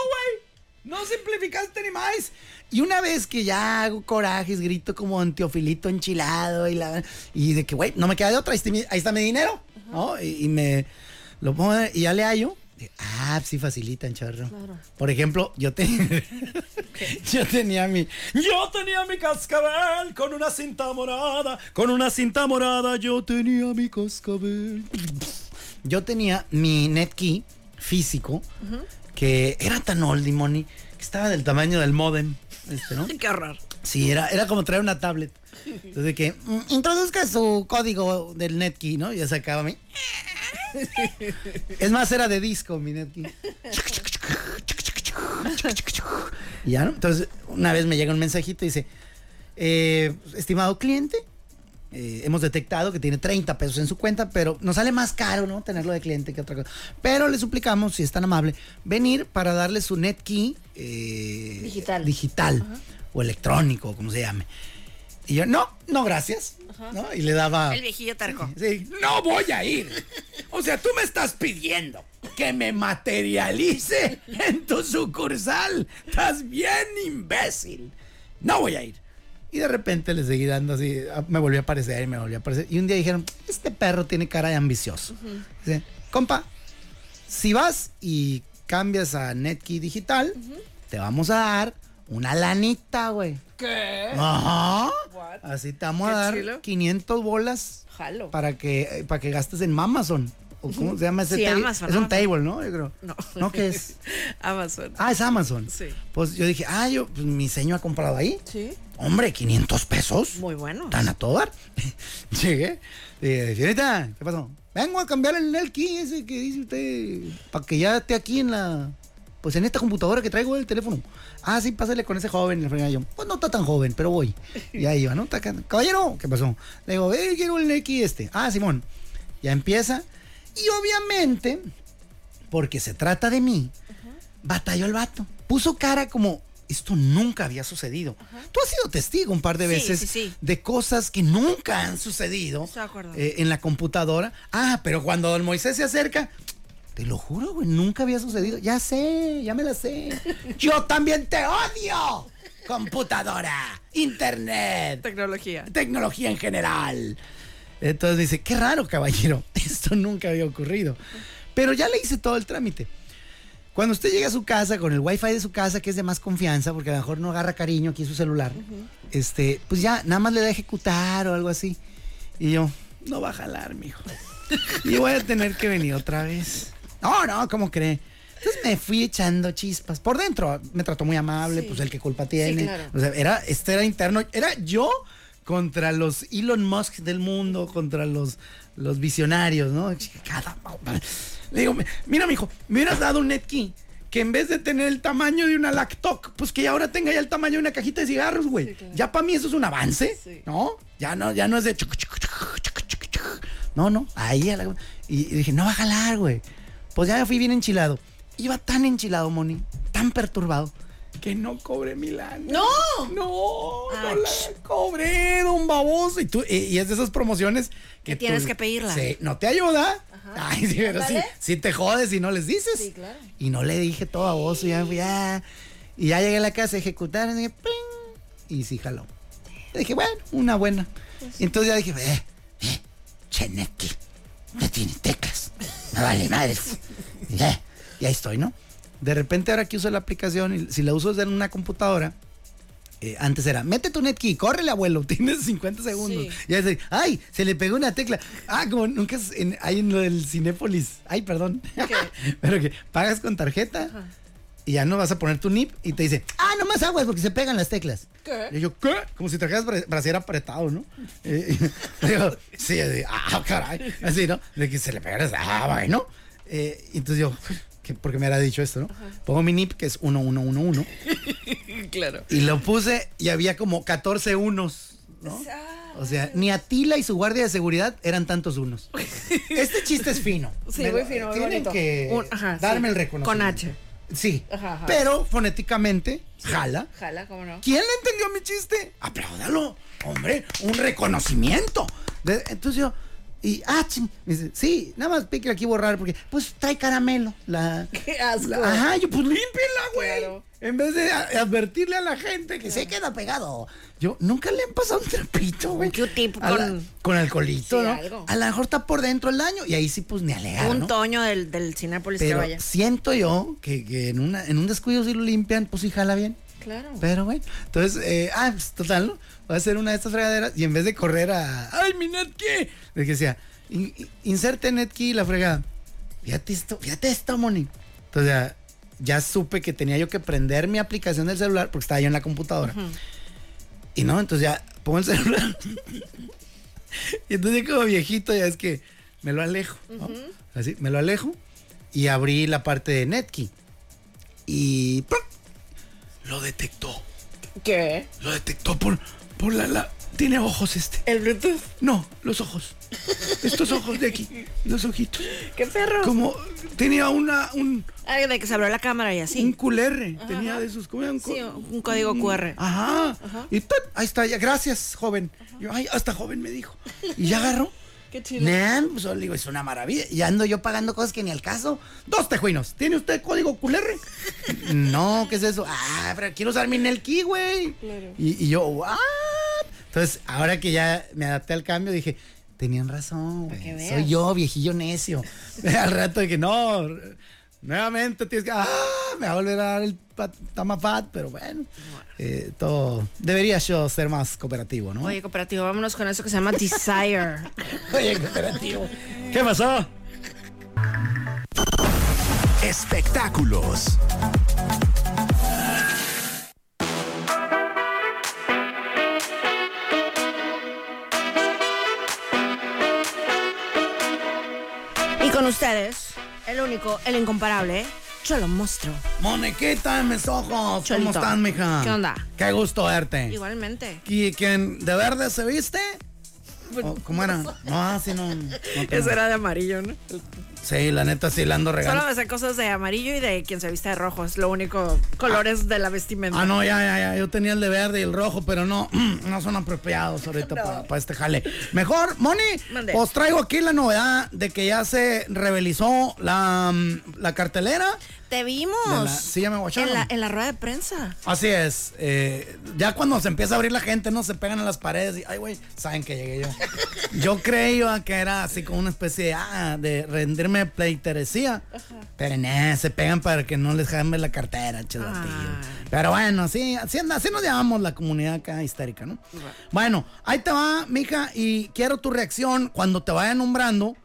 C: güey! ¡No simplificaste ni más! Y una vez que ya hago corajes, grito como antiofilito enchilado y la y de que, güey, no me queda de otra, ahí está mi, ahí está mi dinero, ¿no? Y, y me lo pongo y ya le hallo. De- Ah, sí facilitan, chorro. Por ejemplo, yo te yo tenía mi yo tenía mi cascabel con una cinta morada, con una cinta morada yo tenía mi cascabel. Yo tenía mi netkey físico que era tan old money que estaba del tamaño del modem, este, ¿no?
A: Qué horror.
C: Sí, era, era como traer una tablet. Entonces de que mm, introduzca su código del netkey, ¿no? Ya sacaba mi es más, era de disco, mi Netgear. Y ya, ¿no? Entonces, una vez me llega un mensajito y dice, eh, estimado cliente, eh, hemos detectado que tiene 30 pesos en su cuenta, pero nos sale más caro, ¿no? Tenerlo de cliente que otra cosa. Pero le suplicamos, si es tan amable, venir para darle su Netkey eh,
A: Digital.
C: digital o electrónico, o como se llame. Y yo, no, no, gracias. ¿no? Y le daba...
A: El viejillo tarco.
C: Sí. No voy a ir. O sea, tú me estás pidiendo que me materialice en tu sucursal. Estás bien imbécil. No voy a ir. Y de repente le seguí dando así, a- me volvió a aparecer y me volvió a aparecer. Y un día dijeron, este perro tiene cara de ambicioso. Dice, compa, si vas y cambias a Netkey Digital, te vamos a dar una lanita, güey.
A: ¿Qué?
C: Ajá.
A: What?
C: Así te vamos a
A: Qué
C: dar
A: chilo.
C: 500 bolas
A: Jalo.
C: para que para que gastes en Amazon. ¿O cómo se llama ese
A: Sí,
C: table?
A: Amazon,
C: Es un
A: ¿no?
C: table, ¿no? Yo creo.
A: No.
C: ¿No qué es?
A: Amazon.
C: Ah, es Amazon.
A: Sí.
C: Pues yo dije, ah, yo, pues, mi señor ha comprado ahí.
A: Sí.
C: Hombre, 500 pesos.
A: Muy bueno.
C: Tan a todo dar. Llegué. Dije, señorita, ¿qué pasó? Vengo a cambiar el Nelky ese que dice usted para que ya esté aquí en la. Pues en esta computadora que traigo el teléfono. Ah, sí, pásale con ese joven. Le fregaba yo, pues no está tan joven, pero voy. Y ahí iba, ¿no? Taca- Caballero, ¿qué pasó? Le digo, eh, quiero el Nelky este. Ah, Simón. Ya empieza. Y obviamente, porque se trata de mí, batalló el vato. Puso cara como, esto nunca había sucedido. Tú has sido testigo un par de
A: Sí,
C: veces
A: sí, sí.
C: de cosas que nunca han sucedido
A: Estoy de acuerdo.
C: eh, en la computadora. Ah, pero cuando don Moisés se acerca, te lo juro, güey, nunca había sucedido. Ya sé, ya me la sé. Yo también te odio. Computadora, internet,
A: Tecnología.
C: tecnología en general. Entonces dice, qué raro, caballero, esto nunca había ocurrido. Pero ya le hice todo el trámite. Cuando usted llega a su casa con el wifi de su casa, que es de más confianza, porque a lo mejor no agarra cariño aquí su celular, este, pues ya nada más le da a ejecutar o algo así. Y yo, no va a jalar, mijo. y voy a tener que venir otra vez. No, no, ¿cómo cree? Entonces me fui echando chispas. Por dentro me trató muy amable, pues el que culpa tiene.
A: claro.
C: O sea, era, este era interno. Era yo contra los Elon Musk del mundo, contra los, los visionarios, ¿no? Cada- Le digo, mira, mijo, me hubieras dado un netkey que en vez de tener el tamaño de una lactoc, pues que ahora tenga ya el tamaño de una cajita de cigarros, güey. Ya para mí eso es un avance, ¿no? Ya no, ya no es de... chuc, chuc, chuc, chuc, chuc, chuc. No, no, ahí a la- Y, y dije, no va a jalar, güey. Pues ya fui bien enchilado. Iba tan enchilado, Moni, tan perturbado, que no cobré mi lana.
A: ¡No!
C: No,
A: Ah,
C: no la cobré, don baboso. Y, tú, y, y es de esas promociones que,
A: Que tienes
C: tú-
A: que pedirla.
C: Sí, no te ayuda. Ay, sí, pero sí,
A: Ándale.
C: sí te jodes y no les dices.
A: Sí, claro.
C: Y no le dije todo a vos. Y ya, fui, ah, y ya llegué a la casa, ejecutaron. Y, pling, y sí, jaló. Le dije, bueno, una buena.
A: Pues
C: Entonces ya dije, eh, eh, Chenequi, no tiene teclas. Me vale madre. Ya, y ahí estoy, ¿no? De repente ahora que uso la aplicación, y si la uso desde una computadora, eh, antes era, mete tu netkey, córrele, abuelo, tienes 50 segundos.
A: Sí.
C: Y ahí dice, ay, se le pegó una tecla. Ah, como nunca es en- hay en lo del Cinépolis. Ay, perdón. Pero que pagas con tarjeta y ya no vas a poner tu NIP y te dice, ah, no más aguas porque se pegan las teclas.
A: ¿Qué?
C: Y yo, ¿qué? Como si trajeras bra- brasier apretado, ¿no? Eh, y- digo, sí, así, ah, caray. Así, ¿no? De que se le pegaras, ah, bueno. Eh, y entonces yo, ¿qué- ¿por qué me habrá dicho esto, no? Pongo mi NIP que es 1111.
A: Claro.
C: Y lo puse y había como 14 unos, ¿no? O sea, ni Atila y su guardia de seguridad eran tantos unos. Este chiste es fino.
A: Sí,
C: Me lo-
A: muy fino, muy
C: Tienen
A: bonito.
C: que
A: Un- ajá,
C: darme
A: sí.
C: el reconocimiento.
A: Con H.
C: Sí.
A: Ajá, ajá.
C: Pero fonéticamente, jala.
A: Jala, ¿cómo no?
C: ¿Quién le entendió mi chiste? Apláudalo. Hombre, un reconocimiento. De- entonces yo, Y, ah, ching, me dice, sí, nada más píquele aquí borrar porque, pues trae caramelo. La,
A: Qué asco.
C: la- ajá, yo, pues límpiala, güey.
A: Claro.
C: En vez de a- advertirle a la gente que se queda pegado. Yo, nunca le han pasado un trapito, güey.
A: Q-tip
C: A la-
A: con-
C: con alcoholito,
A: Sí,
C: ¿no?
A: algo.
C: A lo mejor está por dentro el daño y ahí sí, pues ni alegar,
A: Un
C: ¿no?
A: toño del, del Cinépolis que
C: Pero
A: vaya.
C: siento yo que, que en, una, en un descuido si lo limpian, pues sí jala bien.
A: Claro.
C: Pero bueno, entonces, eh, ah, pues, total, ¿no? Voy a hacer una de estas fregaderas y en vez de correr a. ¡Ay, mi Netki! De que decía, "In- in- inserte Netki y la fregada. Fíjate esto, fíjate esto, Moni. Entonces ya, ya supe que tenía yo que prender mi aplicación del celular porque estaba yo en la computadora. Y no, entonces ya pongo el celular. y entonces ya como viejito, ya es que me lo alejo. ¿no? Así, me lo alejo y abrí la parte de Netkey. Y ¡pum! lo detectó.
A: ¿Qué?
C: Lo detectó por, por la, la- Tiene ojos este.
A: El Bluetooth.
C: No, los ojos. Estos ojos de aquí. Los ojitos.
A: ¿Qué perro?
C: Como tenía una, un,
A: Ah, de que se abrió la cámara y así.
C: un Mm. culerre. Tenía de esos. ¿cómo era? Un, co-
A: Sí, un código QR.
C: Ajá. Y ¡tut! ahí está. Ya. Gracias, joven. Yo, ay, hasta joven me dijo. Y ya agarró.
A: Qué chido.
C: Nah, pues yo le digo, es una maravilla. Y ando yo pagando cosas que ni al caso. Dos tejuinos. ¿Tiene usted código culerre? no, ¿qué es eso? Ah, pero quiero usar mi Nelki, güey. Y, y yo, ¿what? Entonces, ahora que ya me adapté al cambio, dije, tenían razón, güey.
A: que
C: Soy
A: veas.
C: yo, viejillo necio. al rato dije, no, nuevamente tienes que. Ah, me va a volver a dar el pat- tamapad, pero bueno. eh, todo. Debería yo ser más cooperativo, ¿no?
A: Oye, cooperativo, vámonos con eso que se llama Desire.
C: Oye, cooperativo. ¿Qué pasó?
E: Espectáculos.
A: y con ustedes, el único, el incomparable, Cholo Monstruo.
C: Monequita en mis ojos.
A: Cholito.
C: ¿Cómo están, mija?
A: ¿Qué onda?
C: Qué gusto verte.
A: Igualmente.
C: ¿Y quién de verde se viste? ¿O ¿Cómo era? No, así no. no tengo.
A: Eso era de amarillo, ¿no?
C: Sí, la neta sí, la ando
A: Solo
C: regalando.
A: me sé cosas de amarillo y de quien se viste de rojo. Es lo único colores de la vestimenta.
C: Ah, no, ya, ya, ya. Yo tenía el de verde y el rojo, pero no, no son apropiados ahorita para, para este jale. Mejor, Moni,
A: Mande.
C: os traigo aquí la novedad de que ya se revelizó la, mm, la cartelera.
A: Te vimos.
C: De la- sí, ya me guacharon.
A: en la, en la rueda de prensa.
C: Así es. eh, ya cuando se empieza a abrir la gente, no se pegan a las paredes y, ay, güey, saben que llegué yo. Yo creía que era así como una especie de, ah, de rendirme pleiteresía. Pero no, se pegan para que no les jame la cartera, chido.
A: Ah.
C: Pero bueno, sí, así, anda, así nos llamamos la comunidad acá histérica, ¿no? Bueno, ahí te va, mija, y quiero tu reacción cuando te vaya nombrando.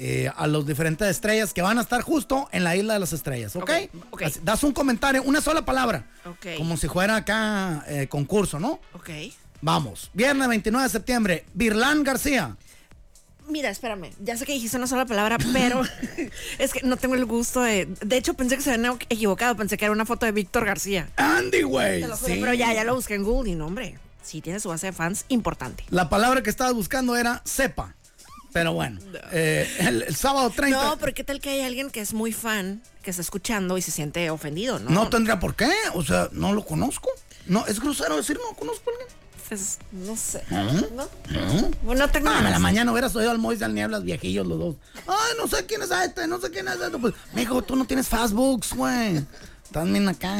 C: eh, a los diferentes estrellas que van a estar justo en la isla de las estrellas, ¿ok?
A: Ok, ok.
C: Así- das un comentario, una sola palabra.
A: Ok.
C: Como si fuera acá eh, concurso, ¿no?
A: Ok.
C: Vamos. Viernes 29 de septiembre, Virlán García.
A: Mira, espérame. Ya sé que dijiste una sola palabra, pero es que no tengo el gusto de. De hecho, pensé que se habían equivocado. Pensé que era una foto de Víctor García.
C: Andy, güey.
A: Te lo juro, Pero ya, ya lo busqué en Google y no, hombre. Sí, tiene su base de fans importante.
C: La palabra que estabas buscando era cepa. Pero bueno, eh, el, el sábado 30.
A: No, pero ¿qué tal que hay alguien que es muy fan, que está escuchando y se siente ofendido, no?
C: No tendría por qué. O sea, no lo conozco. No, es grosero decir no conozco a alguien.
A: Pues, no sé.
C: ¿Eh?
A: ¿No?
C: ¿Eh?
A: Bueno, tengo.
C: No, en la mañana hubieras oído al Mois y al Nieblas viejillos los dos. Ay, no sé quién es este, no sé quién es este. Pues, mijo, tú no tienes Facebooks, güey. Estás bien acá.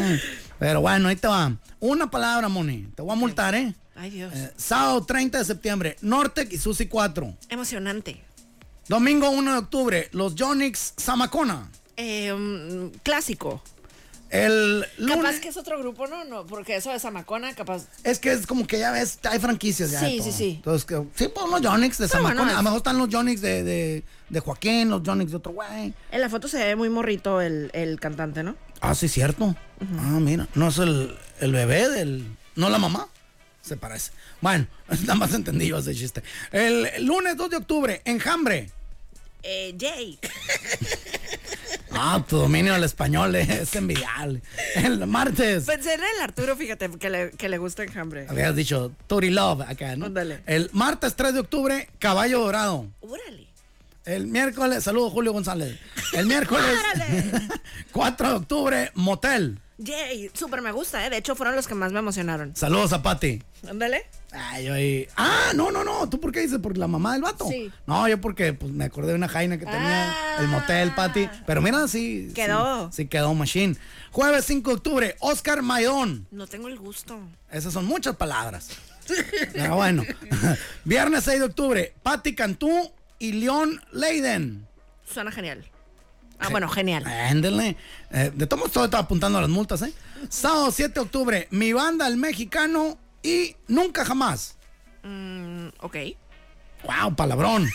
C: Pero bueno, ahí te va. Una palabra, Moni. Te voy a multar, ¿eh?
A: Ay, Dios.
C: Eh, sábado 30 de septiembre, Nortec y Susi 4.
A: Emocionante.
C: Domingo 1 de octubre, los Jonix Samacona.
A: Eh, mm, clásico.
C: El lunes.
A: Capaz que es otro grupo, ¿no? no porque eso de Samacona, capaz.
C: Es que es como que ya ves, hay franquicias ya. de
A: Sí,
C: todo.
A: sí, sí.
C: Entonces, que, sí, pues los Jonix de
A: Pero
C: Samacona.
A: bueno, es-
C: A lo mejor están los Jonix de, de, de Joaquín, los Jonix de otro güey.
A: En la foto se ve muy morrito el, el cantante, ¿no?
C: Ah, sí, cierto. Ah, mira. No es el, el bebé del. No la mamá. Se parece. Bueno, nada más entendí yo ese chiste. El lunes 2 de octubre, enjambre.
A: Eh, Jay.
C: Ah, tu dominio del español es envidiable. El martes.
A: Pensé en el Arturo, fíjate, que le, que le gusta enjambre.
C: Habías dicho Tori Love acá, ¿no?
A: Ándale.
C: El martes 3 de octubre, Caballo Dorado.
A: Órale.
C: El miércoles, saludo Julio González. El miércoles 4 de octubre, Motel.
A: Jay. Súper me gusta, ¿eh? De hecho, fueron los que más me emocionaron.
C: Saludos a Pati.
A: Ándale.
C: Ay, yo ahí- Ah, no, no, no. ¿Tú por qué dices? Por la mamá del vato.
A: Sí.
C: No, yo porque pues, me acordé de una jaina que tenía
A: Ah.
C: el motel, Patty. Pero mira, sí.
A: Quedó.
C: Sí, sí quedó Machine. Jueves 5 de octubre, Oscar Maidón.
A: No tengo el gusto.
C: Esas son muchas palabras. Pero bueno. Viernes 6 de octubre, Patti Cantú y León Leiden.
A: Suena genial. Ah, bueno, genial.
C: Ándale. Eh, de todos modos, todo estaba apuntando a las multas, ¿eh? Sábado 7 de octubre, mi banda el mexicano y nunca jamás.
A: Mm, ok.
C: ¡Wow! Palabrón.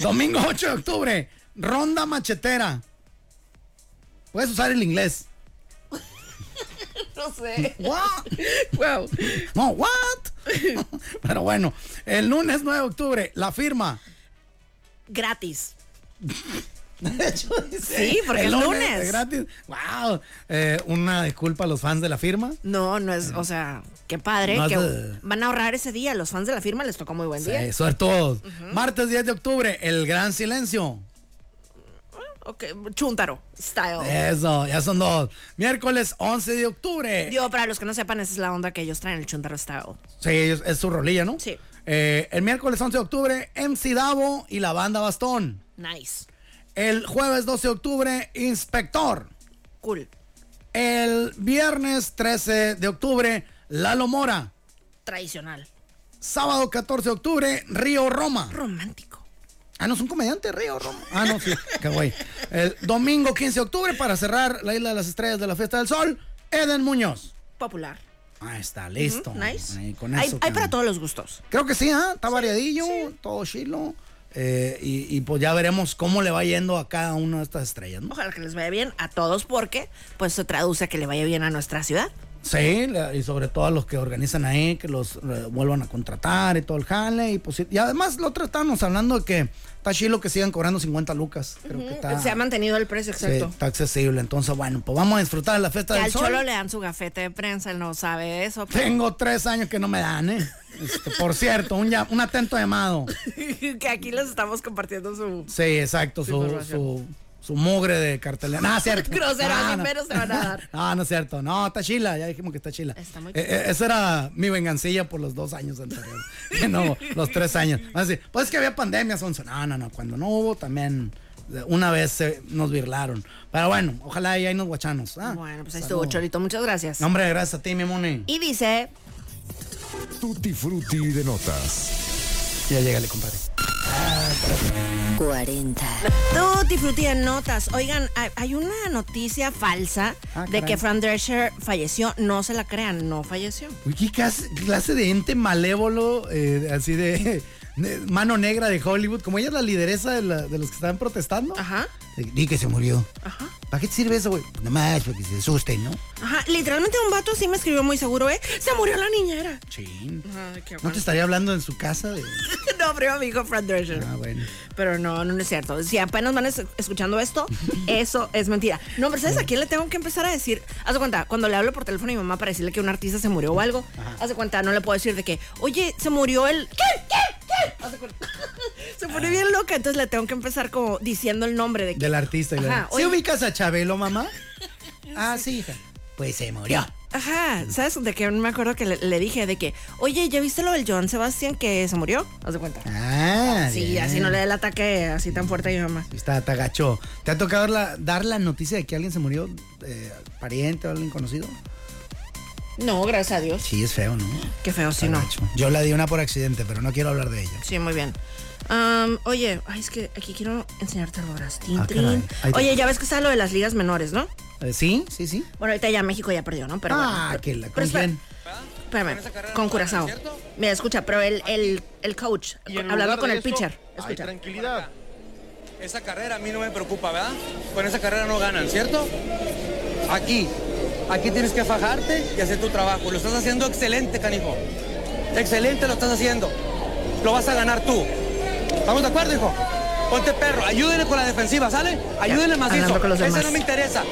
C: Domingo 8 de octubre, ronda machetera. Puedes usar el inglés.
A: No sé.
C: What?
A: Wow.
C: No, what? Pero bueno, el lunes 9 de octubre, la firma.
A: Gratis.
C: De hecho, dice,
A: Sí, porque
C: el
A: es
C: lunes.
A: lunes.
C: de gratis. Wow. Eh, una disculpa a los fans de la firma.
A: No, no es, o sea, qué padre
C: No es
A: que
C: de-
A: van a ahorrar ese día. Los fans de la firma les tocó muy buen día.
C: Sí, Eh, suerte todos. Martes 10 de octubre, el gran silencio.
A: Ok, chuntaro style.
C: Eso, ya son dos. Miércoles 11 de octubre.
A: Digo, para los que no sepan, esa es la onda que ellos traen, el chuntaro style.
C: Sí, es, es su rolilla, ¿no?
A: Sí.
C: Eh, el miércoles 11 de octubre, MC Davo y la banda Bastón.
A: Nice.
C: El jueves 12 de octubre, Inspector.
A: Cool.
C: El viernes 13 de octubre, Lalo Mora.
A: Tradicional.
C: Sábado 14 de octubre, Río Roma.
A: Romántico.
C: Ah, no, es un comediante, Río Roma. Ah, no, sí, qué güey. El domingo 15 de octubre, para cerrar la Isla de las Estrellas de la Fiesta del Sol, Eden Muñoz.
A: Popular. Mm,
C: Ah, está listo.
A: Nice.
C: Ahí, con
A: hay,
C: eso,
A: hay
C: cabrón.
A: para todos los gustos.
C: Creo que sí, ¿ah? Está variadillo, todo chilo. Eh, y, y, pues ya veremos cómo le va yendo a cada una de estas estrellas, ¿no?
A: Ojalá que les vaya bien a todos porque pues se traduce a que le vaya bien a nuestra ciudad.
C: Sí, la- y sobre todo a los que organizan ahí, que los eh, vuelvan a contratar y todo el jale. Y, pues, sí. y además, la otra estábamos hablando de que está chilo que sigan cobrando 50 lucas. Creo que está,
A: Mm, Se ha mantenido el precio
C: sí,
A: exacto.
C: está accesible. Entonces, bueno, pues vamos a disfrutar de la Fiesta
A: Que
C: del
A: al
C: Sol.
A: cholo le dan su gafete de prensa, él no sabe eso. pero-
C: Tengo tres años que no me dan, ¿eh? Este, por cierto, un, ya- un atento llamado.
A: que aquí les estamos compartiendo su...
C: Sí, exacto, su, su, su mugre de cartelera. No, es cierto.
A: Grosero,
C: Ah,
A: así menos te van a dar.
C: No, no es cierto. No, está chila, ya dijimos que está chila.
A: Está muy
C: Eh, eh, esa era mi vengancilla por los dos años anteriores. Que no, los tres años. Así, pues es que había pandemia, Sonso. No, no, no. Cuando no hubo, también eh, una vez se- nos virlaron. Pero bueno, ojalá y ahí nos guachanos. ah.
A: Bueno, pues ahí
C: Saludo.
A: estuvo, Cholito. Muchas gracias.
C: No, Hombre, gracias a ti, mi moni.
A: Y dice...
E: Tutti frutti de notas.
C: Ya llegale, compadre.
I: 40.
A: Tutti frutti de notas. Oigan, hay- hay una noticia falsa
C: Ah,
A: de
C: caray.
A: que Fran Drescher falleció. No se la crean, no falleció.
C: Uy, ¿Qué clase, clase de ente malévolo, eh, así de, de mano negra de Hollywood? Como ella es la lideresa de, la- de los que estaban protestando.
A: Ajá.
C: Eh, Di que se murió.
A: Ajá.
C: ¿Para qué te sirve eso, güey? Pues Nada más, para que se asusten, ¿no?
A: Ajá, literalmente un vato sí me escribió muy seguro, ¿eh? Se murió la niñera.
C: Chin.
A: Ay, qué
C: ¿No te estaría hablando en su casa? de-
A: No, pero mi hijo Fran Drescher.
C: Ah, bueno.
A: Pero no, no es cierto. Si apenas van es- escuchando esto, eso es mentira. No, pero ¿sabes a quién le tengo que empezar a decir? Haz de cuenta, cuando le hablo por teléfono a mi mamá para decirle que un artista se murió o algo, haz de cuenta, no le puedo decir de que, oye, se murió el... ¿Qué? ¿Qué? ¿Qué? Haz de cuenta. se pone bien loca, entonces le tengo que empezar como diciendo el nombre Ah. de que...
C: Del artista. Y
A: Ajá,
C: la...
A: oye.
C: ¿Sí ubicas a Chabelo, mamá? Ah, sí, hija. Pues se murió.
A: Ajá, ¿sabes? De que me acuerdo que le, le dije de que, oye, ¿ya viste lo del John Sebastián que se murió? Haz de cuenta.
C: Ah,
A: Sí,
C: bien.
A: así no le da el ataque así tan fuerte a mi mamá.
C: Está, está gacho. ¿Te ha tocado la- dar la noticia de que alguien se murió? Eh, ¿Pariente o alguien conocido?
A: No, gracias a Dios.
C: Sí, es feo, ¿no?
A: Qué feo, si no.
C: Gacho. Yo la di una por accidente, pero no quiero hablar de ella.
A: Sí, muy bien. Am, oye, ay, es que aquí quiero enseñarte algo. Horas. Tin,
C: Ah,
A: trin.
C: caray. Ahí te-
A: Oye, ya ves que está lo de las ligas menores, ¿no?
C: Eh, sí, sí, sí.
A: Bueno, ahorita ya México ya perdió, ¿no? Pero
C: ah,
A: bueno,
C: que la
A: pero
C: con
A: espera-
C: quién.
A: Espérame, con Curazao. Mira, escucha, pero el, el, el coach, hablando con el pitcher. Escucha.
J: tranquilidad. Esa carrera a mí no me preocupa, ¿verdad? Con esa carrera no ganan, ¿cierto? Aquí, aquí tienes que fajarte y hacer tu trabajo. Lo estás haciendo excelente, canijo. Excelente lo estás haciendo. Lo vas a ganar tú. ¿Estamos de acuerdo, hijo? Ponte perro, ayúdenle con la defensiva, ¿sale? Ayúdenle macizo.
A: hablando con los
J: Ese
A: demás.
J: no me interesa.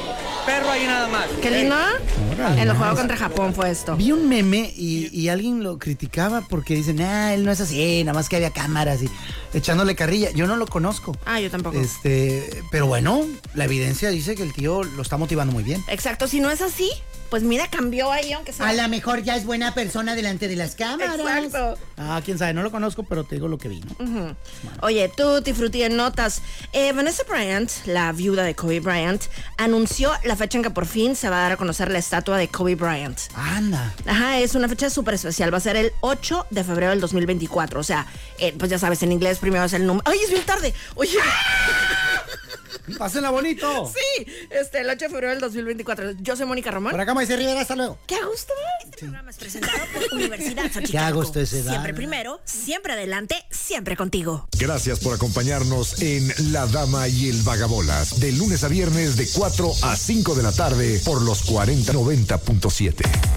J: Perro ahí nada más.
A: Qué lindo, ¿eh?
C: Órale.
A: El juego contra Japón fue esto.
C: Vi un meme y, y alguien lo criticaba porque dicen, ah, él no es así, nada más que había cámaras y echándole carrilla. Yo no lo conozco.
A: Ah, yo tampoco.
C: Este, pero bueno, la evidencia dice que el tío lo está motivando muy bien.
A: Exacto, si no es así, pues mira, cambió ahí, aunque sea.
B: A lo mejor ya es buena persona delante de las cámaras.
A: Exacto.
C: Ah, quién sabe, no lo conozco, pero te digo lo que vi, ¿no?
A: Oye, Tutti Frutti en notas. Eh, Vanessa Bryant, la viuda de Kobe Bryant, anunció la fecha en que por fin se va a dar a conocer la estatua de Kobe Bryant.
C: Anda.
A: Ajá, es una fecha súper especial. Va a ser el 8 de febrero del 2024. O sea, eh, pues ya sabes, en inglés primero es el número. ¡Ay, es bien tarde! Oye.
C: Pásenla bonito.
A: Sí, este, el 8 de febrero del 2024. Yo soy Mónica Román.
C: Por acá, Maese Rivera, hasta luego.
A: ¡Qué a gusto! Este programa es presentado por Universidad Xochicalco.
B: Qué a gusto ese edad.
A: Siempre primero, siempre adelante, siempre contigo.
E: Gracias por acompañarnos en La Dama y el Vagabolas, de lunes a viernes de 4 a 5 de la tarde por los 4090.7.